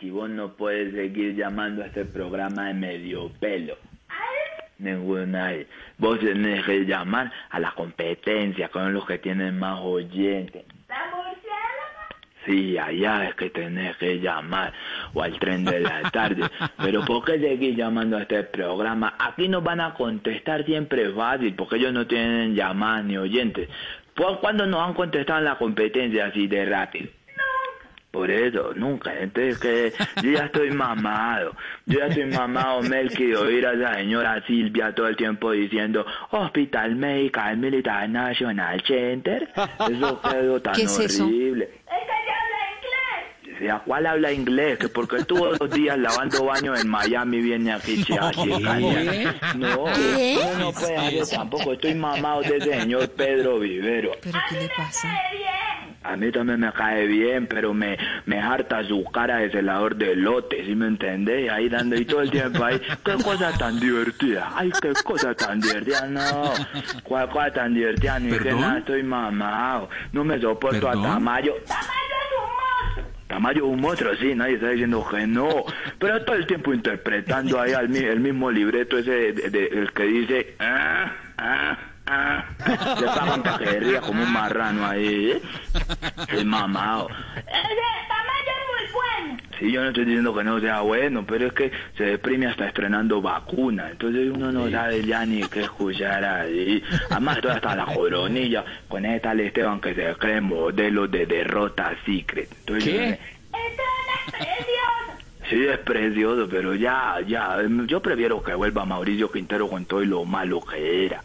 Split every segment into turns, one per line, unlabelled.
Y vos no puedes seguir llamando a este programa de medio pelo. Ninguna. Vos tenés que llamar a la competencia con los que tienen más oyentes. Sí, allá es que tenés que llamar o al tren de la tarde. Pero ¿por qué seguir llamando a este programa? Aquí nos van a contestar siempre fácil porque ellos no tienen llamadas ni oyentes. ¿Cu- ¿Cuándo nos han contestado en la competencia así de rápido? Por eso, nunca. Entonces, que yo ya estoy mamado. Yo ya estoy mamado, Melqui, de oír a la señora Silvia todo el tiempo diciendo Hospital Medical Militar National Center. Eso quedó tan
¿Qué es eso?
horrible. Decía, ¿cuál habla inglés? Que porque estuvo dos días lavando baño en Miami, viene aquí, chea, chica, ya. No, uno no puede hacer tampoco. Estoy mamado de ese señor Pedro Vivero.
¿Pero qué le pasa?
A mí también me cae bien, pero me, me harta su cara de celador de lote, ¿sí me entendés? Ahí dando y todo el tiempo ahí, qué cosa tan divertida, ay, qué cosa tan divertida, no, cuál cosa tan divertida, ni que
¿Perdón?
nada, estoy mamado, no me soporto
¿Perdón?
a Tamayo. Tamayo es un monstruo, sí, nadie está diciendo que no. Pero todo el tiempo interpretando ahí al mi- el mismo libreto ese de- de- de- el que dice... "Ah, ah, ah". Le pagan para que ría como un marrano ahí, ¿eh? El mamado. Sí, yo no estoy diciendo que no sea bueno, pero es que se deprime hasta estrenando vacuna. Entonces uno no sabe ya ni qué escuchar ahí. Además, toda hasta la coronilla con ese tal Esteban que se cree modelo de derrota secret. Entonces,
¿Qué?
yo no sé. Sí, es precioso, pero ya, ya. Yo prefiero que vuelva Mauricio Quintero con todo y lo malo que era.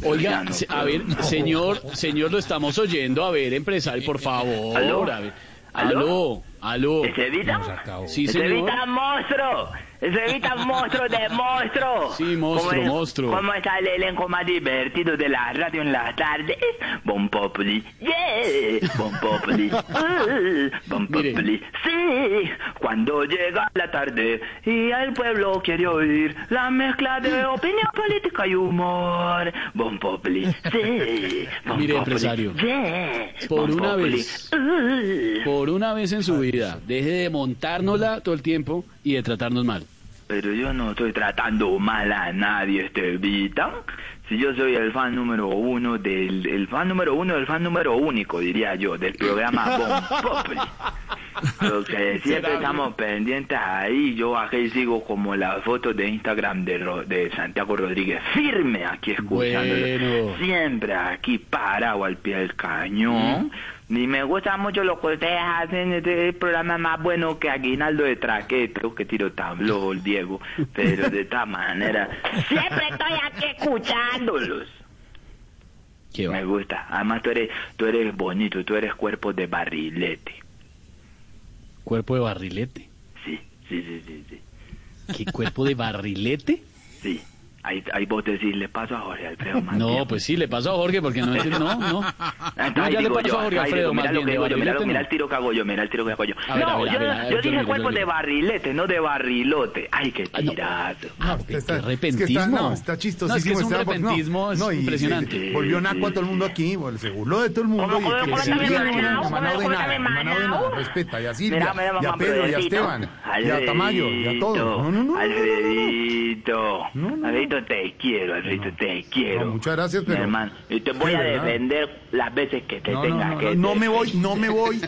Pero ya
Oiga,
no
se- a
creo.
ver, señor, señor, lo estamos oyendo. A ver, empresario, por favor.
¿Aló?
A ver.
¿Aló?
Aló, aló.
¿Estevita?
Sí, señor.
¡Estevita monstruo! ¡Estevita monstruo de monstruo!
Sí, monstruo,
¿Cómo es-
monstruo.
¿Cómo está el elenco más divertido de la radio en las tardes? Bon Populi, yeah! Bon Populi, uh, Bon
Mire.
Populi, sí! Cuando llega la tarde y el pueblo quiere oír la mezcla de
Mm.
opinión política y humor. Bon Populi, sí! Bon
Mire,
Populi,
empresario,
yeah!
por
Bon
una
Populi,
vez.
uh.
Por una vez en su vida, deje de montárnosla todo el tiempo y de tratarnos mal.
Pero yo no estoy tratando mal a nadie, Estevita. Si yo soy el fan número uno del el fan número uno del fan número único, diría yo, del programa Bon Populi. Lo que siempre estamos pendientes ahí, yo aquí sigo como la foto de Instagram de, Ro- de Santiago Rodríguez, firme aquí escuchándolo.
Bueno.
Siempre aquí parado al pie del cañón. Ni me gusta mucho lo que ustedes hacen, este es el programa más bueno que Aguinaldo de Traqueto, que tiro tabló el Diego, pero de esta manera, siempre estoy aquí escuchándolos.
Qué va.
Me gusta, además tú eres, tú eres bonito, tú eres cuerpo de barrilete.
Cuerpo de barrilete.
Sí, sí, sí, sí, sí.
¿Qué cuerpo de barrilete?
sí. Ahí, ahí vos decís, le paso a Jorge Alfredo Martínez.
No, pues sí, le pasó a Jorge porque no entiendo. No, no.
Ah,
No,
ahí
ya le
digo
pasó
yo,
a Jorge
ahí
Alfredo
digo,
más
mira lo
bien
que
de
digo yo, mira, lo-
barrilete.
mira
no.
el tiro que hago yo, mira el tiro que hago yo.
A ver,
no,
a ver, a
yo,
ver, a ver,
yo
yo
dije
digo,
cuerpo
yo
de
digo.
barrilete, no de barrilote. Ay, qué
Ah, no.
tirazo.
Ah,
Usted está-
qué
es que está-
repentismo. No,
no, está
es que
chistosísimo.
es un
está- no,
repentismo, es
no, y-
impresionante.
y- volvió naco a todo el mundo aquí, bueno, se burló de todo el mundo.
¿Cómo,
y
cómo,
que
cómo
se
está mi
ríe,
manao?
que no,
¿Cómo,
manao de
cómo está
nada,
mi
manao de
manao?
nada, respeta, y a
Mira,
Silvia,
mira,
y a
mamá,
Pedro, y a
Alfredito.
Esteban, y a Tamayo, y a todos. No, no, no, no, no, no, no.
Alfredito, Alfredito, te quiero, Alfredito, te quiero.
No, muchas gracias,
Mi
pero-
hermano, y te
Sí,
voy a
¿verdad?
defender las veces que te
No, no,
tenga
no,
que
no, no me
defender.
voy, no me voy,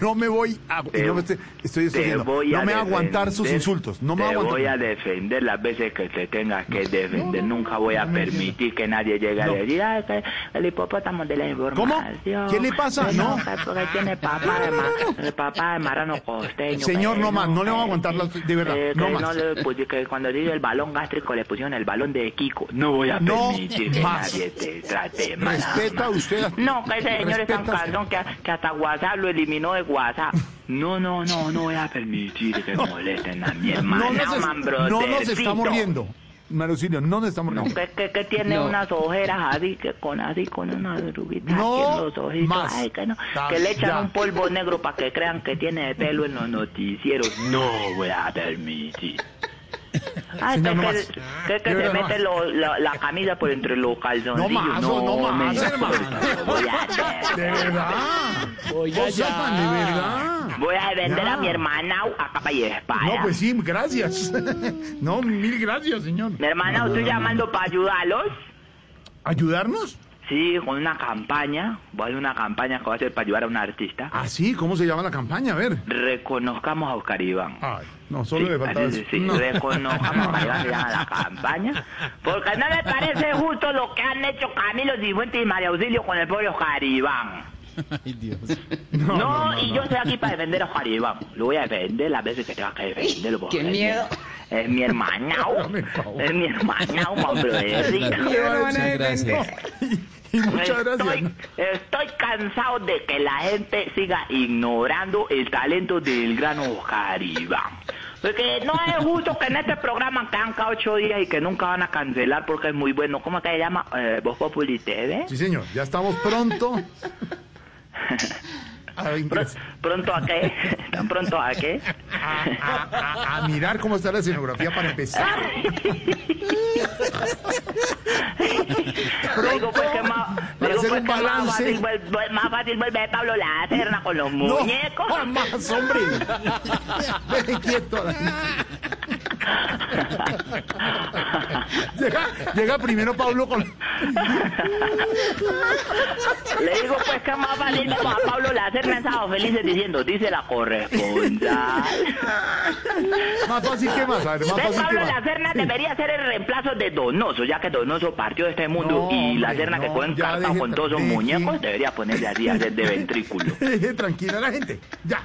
no me voy. a- y no me estoy, estoy
Te
estudiando.
voy
No
a
me va a aguantar sus
defender,
insultos. No me va a
Te voy a
aguantar.
defender las veces que te tengas que defender. Nunca voy a permitir que nadie llegue a
No.
decir, "Ay, que el hipopótamo de la información.
¿Qué le pasa?
que
No.
que Porque tiene papá de, ma- de papá de marano costeño.
Señor,
que
no más, no le voy a
que-
aguantar las- de verdad,
eh,
no
que
más.
le pusi- que cuando dice el balón gástrico le pusieron el el balón de Kiko. No voy a
No
permitir que
más.
nadie te trate mal.
Respeta usted. a-
No, que ese señor es tan
respeta usted.
cabrón que, que hasta WhatsApp lo eliminó de WhatsApp. No, no, no, no voy a permitir que molesten a mi hermano.
No nos, es-
man,
no nos estamos
brothercito.
riendo. Mario Silvio, no nos estamos riendo.
Que, que, que tiene
No.
unas ojeras así, que con así, con unas arruguitas
No
aquí en los ojitos.
más.
Ay, que no.
Ya,
Que le echan
ya.
un polvo negro para que crean que tiene pelo en los noticieros. No voy a permitir. Ay, que,
Señor, no
que,
más.
que- que
De
se
verdad, no
mete
más.
lo- la, la camisa por entre los calzoncillos.
No más, oh, no más,
me-
hermano.
no voy a hacer.
De verdad.
Oiga,
Cosa
ya.
tan de verdad.
Voy a vender
Ya.
a mi hermana a capa y espada.
No, pues sí, gracias. No, mil gracias, señor.
Mi hermana, ¿estoy llamando para ayudarlos?
¿Ayudarnos?
Sí, con una campaña. Voy a hacer una campaña que va a ser para ayudar a un artista.
Ah, sí, ¿cómo se llama la campaña? A ver.
Reconozcamos a Oscar Iván.
Ay, no,
Sí,
solo le faltaba
así,
eso.
sí,
No.
reconozcamos a Oscar Iván se llama la campaña. Porque no me parece justo lo que han hecho Camilo Cifuentes y María Auxilio con el pobre Oscar Iván.
Ay, Dios.
No, y yo estoy aquí para defender a Oscar Iván. Lo voy a defender las veces que tenga que defenderlo. porque
qué
es mi-
miedo.
Es mi hermana.
Dame, por favor.
es mi hermana, un brothercito.
Muchas gracias.
Y muchas gracias.
Estoy, estoy cansado de que la gente siga ignorando el talento del gran Oscar Iván. Porque no es justo que en este programa que han cada ocho días y que nunca van a cancelar porque es muy bueno. ¿Cómo que se llama? Eh, Voz Populi TV.
Sí, señor, ya estamos pronto. A,
Pro-
ingres-
¿Pronto a qué? ¿Tan pronto a qué?
a- a- a- a mirar cómo está la escenografía para empezar.
Le digo, pues, que más, le
para
digo, pues,
hacer un
que más
balance.
fácil, vuel- vuel- más fácil vuelve Pablo la Serna con los
No,
muñecos.
más, hombre. Deje quieto. Llega, llega primero Pablo con...
Le digo, pues que más fácil como a Pablo Lácer me ha estado felices diciendo, dice la corresponsal.
Más fácil que más, a ver, más
Entonces,
fácil que
Pablo
más.
Lacerna debería ser el reemplazo de Donoso, ya que Donoso partió de este mundo
No,
y
hombre,
Lacerna que
no,
fue
ya
encartado
deje
con todos sus
tra- deje.
muñecos debería ponerse así a hacer de ventrículo.
Deje tranquila a la gente. Ya.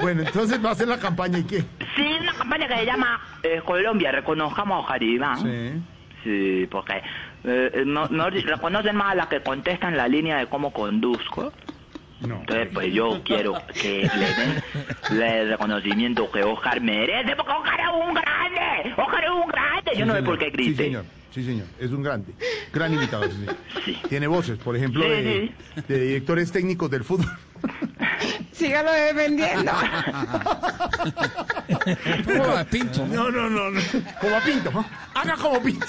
Bueno, entonces va a ser la campaña y qué.
Sí, una campaña que se llama eh, Colombia, reconozcamos a Oscar Iván.
Sí.
Sí, porque eh, no, no reconocen más a las que contestan la línea de cómo conduzco.
No.
Entonces, pues yo quiero que le den el reconocimiento que Oscar merece, porque Oscar es un grande, Oscar es un grande. Yo
Sí,
no sé
señor.
por qué
Sí,
grite.
señor. Sí, señor. Es un grande. Gran imitador, sí, señor.
Sí.
Tiene voces, por ejemplo,
Sí,
de, de directores técnicos del fútbol.
Sígalo defendiendo.
Como a Pinto.
No, no, no. no. Como a Pinto. ¿no? Haga como Pinto.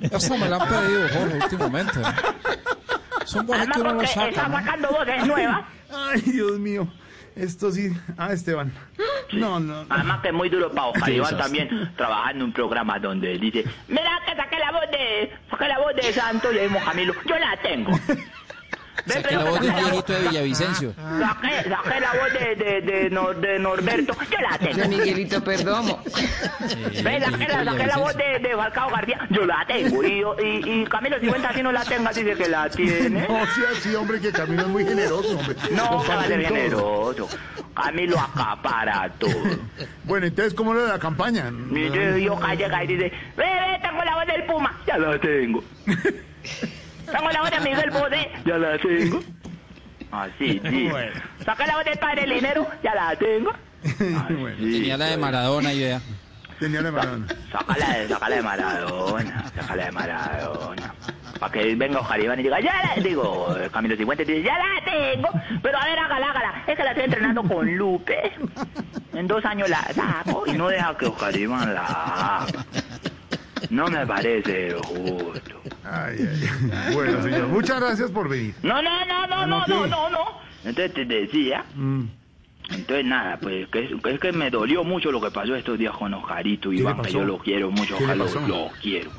Eso me lo han pedido, Jorge, últimamente. Son voces
Además,
que uno no
porque está
saca.
sacando voces nuevas.
Ay, Dios mío. Esto sí. Ah, Esteban. No, no. no.
Además, que es muy duro para Oscar
Qué
Iván
desastre.
también trabajar en un programa donde él dice: Mira, que saqué la voz de, saqué la voz de Santo y ahí mismo Camilo. Yo la tengo. Ve,
Saqué
pero
la voz de un
saqué la voz-
viejito de Villavicencio.
Ah. Saqué, saqué la voz de, de, de, Nor- de Norberto. Yo la tengo.
Don Miguelito Perdomo.
Ve, saqué la, saqué la voz de, de Falcao García. Yo la tengo. Y, y, y Camilo 50 si no la tenga, dice que la tiene.
No, sí, sí, hombre, que Camilo es muy generoso, hombre.
No, que
Comparten
vale
todo.
generoso. Camilo acapara todo.
Bueno, entonces, ¿cómo era la campaña?
Y yo, yo ca- llega y dice, ve, ve, tengo la voz del Puma. Ya la tengo. tengo la voz de Miguel Bode. Ya la tengo. Así, sí.
Bueno.
Saqué la voz del padre Linero. Ya la tengo.
Bueno,
Tenía la de Maradona, idea.
tenía la mano.
Sácala de, sácala de Maradona, sácala de Maradona. Para que venga Oscar Iván y diga, ya la, digo, Camilo 50 y dice, ya la tengo, pero a ver, hágala, hágala, es que la estoy entrenando con Lupe. En dos años la saco y no deja que Oscar Iván la haga. No me parece justo.
Ay, ay, ay. Bueno, señor, muchas gracias por venir.
No, no, no, no, no,
¿qué?
no, no, no. Entonces te decía,
Mm.
entonces nada, pues que es, es que me dolió mucho lo que pasó estos días con Oscarito
le
Iván, que
pasó?
yo lo quiero mucho,
¿Qué le
Oscar, lo,
pasó?
lo quiero.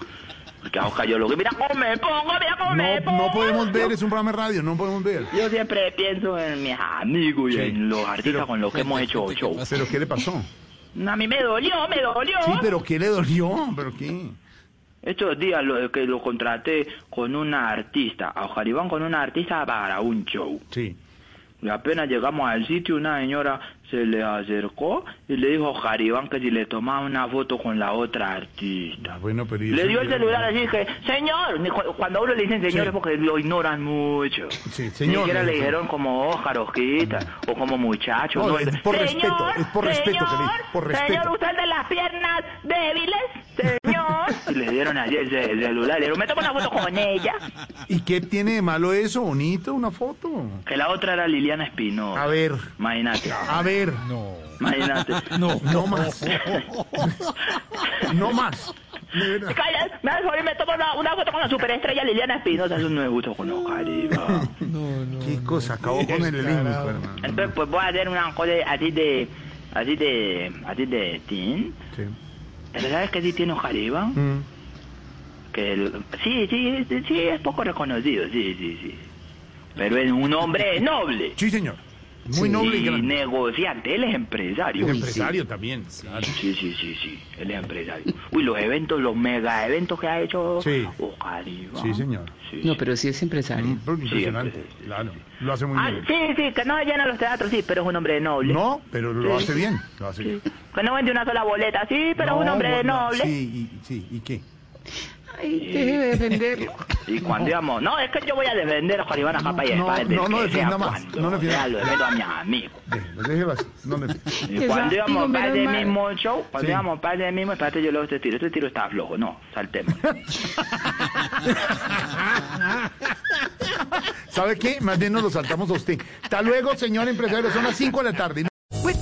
Porque a Oscar yo lo quiero, mira cómo me pongo, mira cómo me
No,
pongo.
no podemos ver, es un programa de radio, no podemos ver.
Yo siempre pienso en mis amigos y
Sí.
en los artistas con los que hemos hecho show.
¿Pero qué le pasó?
A mí me dolió, me dolió.
Sí, pero ¿qué le dolió? ¿Pero qué?
Estos días lo, que lo contraté con una artista, a Oscar Iván con una artista para un show.
Sí.
Y apenas llegamos al sitio, una señora se le acercó y le dijo a Jaribán que si le tomaba una foto con la otra artista.
Bueno, pero ¿y
Le
eso
dio el
qué?
celular así que, señor, Ni cu- cuando a uno le dicen señor
Sí.
es porque lo ignoran mucho.
Sí, señor,
Ni siquiera
le
le
dicen.
dijeron como Oscar, Osquita, o como muchacho.
No,
no,
es por respeto, es por respeto que le- por respeto.
Señor, usted de las piernas débiles, señor. y le dieron allí el, ce- el celular, le dijeron, me tomo una foto con ella.
¿Y qué tiene de malo eso? Bonito, una foto.
Que la otra era Liliana Espinosa.
A ver,
Imagínate,
a ver.
No.
imagínate.
No, no más. No más. De verdad.
Calla, me vas a morir, me tomo una, una foto con la superestrella Liliana Espinosa, eso no me gusta con los caribas.
Qué cosa, acabó con el elenco, hermano.
Entonces, pues voy a hacer una cosa así de, así de, así de tin.
Sí.
Pero ¿sabes qué sí tiene un jariba?
Mm.
Que el- sí, sí, sí, sí, es poco reconocido, sí, sí, sí. Pero es un hombre noble.
Sí, señor. Muy noble y grande.
negociante, él es empresario.
Y
Uy, sí.
empresario también. claro.
Sí, sí, sí, sí, él es empresario. Uy, los eventos, los mega eventos que ha hecho
Sí.
Ocaribán.
Sí, señor.
Sí,
No,
sí.
pero sí es empresario.
Impresionante. Claro. Lo hace muy
Ah,
bien.
sí, sí, que no se llenan los teatros, sí, pero es un hombre noble.
No, pero lo
Sí.
hace bien. Lo hace bien.
Que no vende una sola boleta, sí, pero es un
No,
hombre
no,
noble.
Sí, y, sí, ¿y qué?
Ay, deje de defenderlo.
Y cuando íbamos, no, es que yo voy a defender a Juan Iván a capa y
no,
espada. desde
no, no
que
defienda
sea
más,
cuando
no defienda
sea,
más.
Lo defiendo a mis amigos.
Déjelo, déjelo así. No le...
Y
Qué
cuando
castigo,
íbamos para
menos
ese
mal.
mismo show, cuando
Sí.
íbamos para ese mismo, espérate, yo luego este tiro, este tiro está flojo, no, saltemos.
¿Sabe qué? Más bien nos lo saltamos a usted. Hasta luego, señor empresario. Son las 5 de la tarde.
With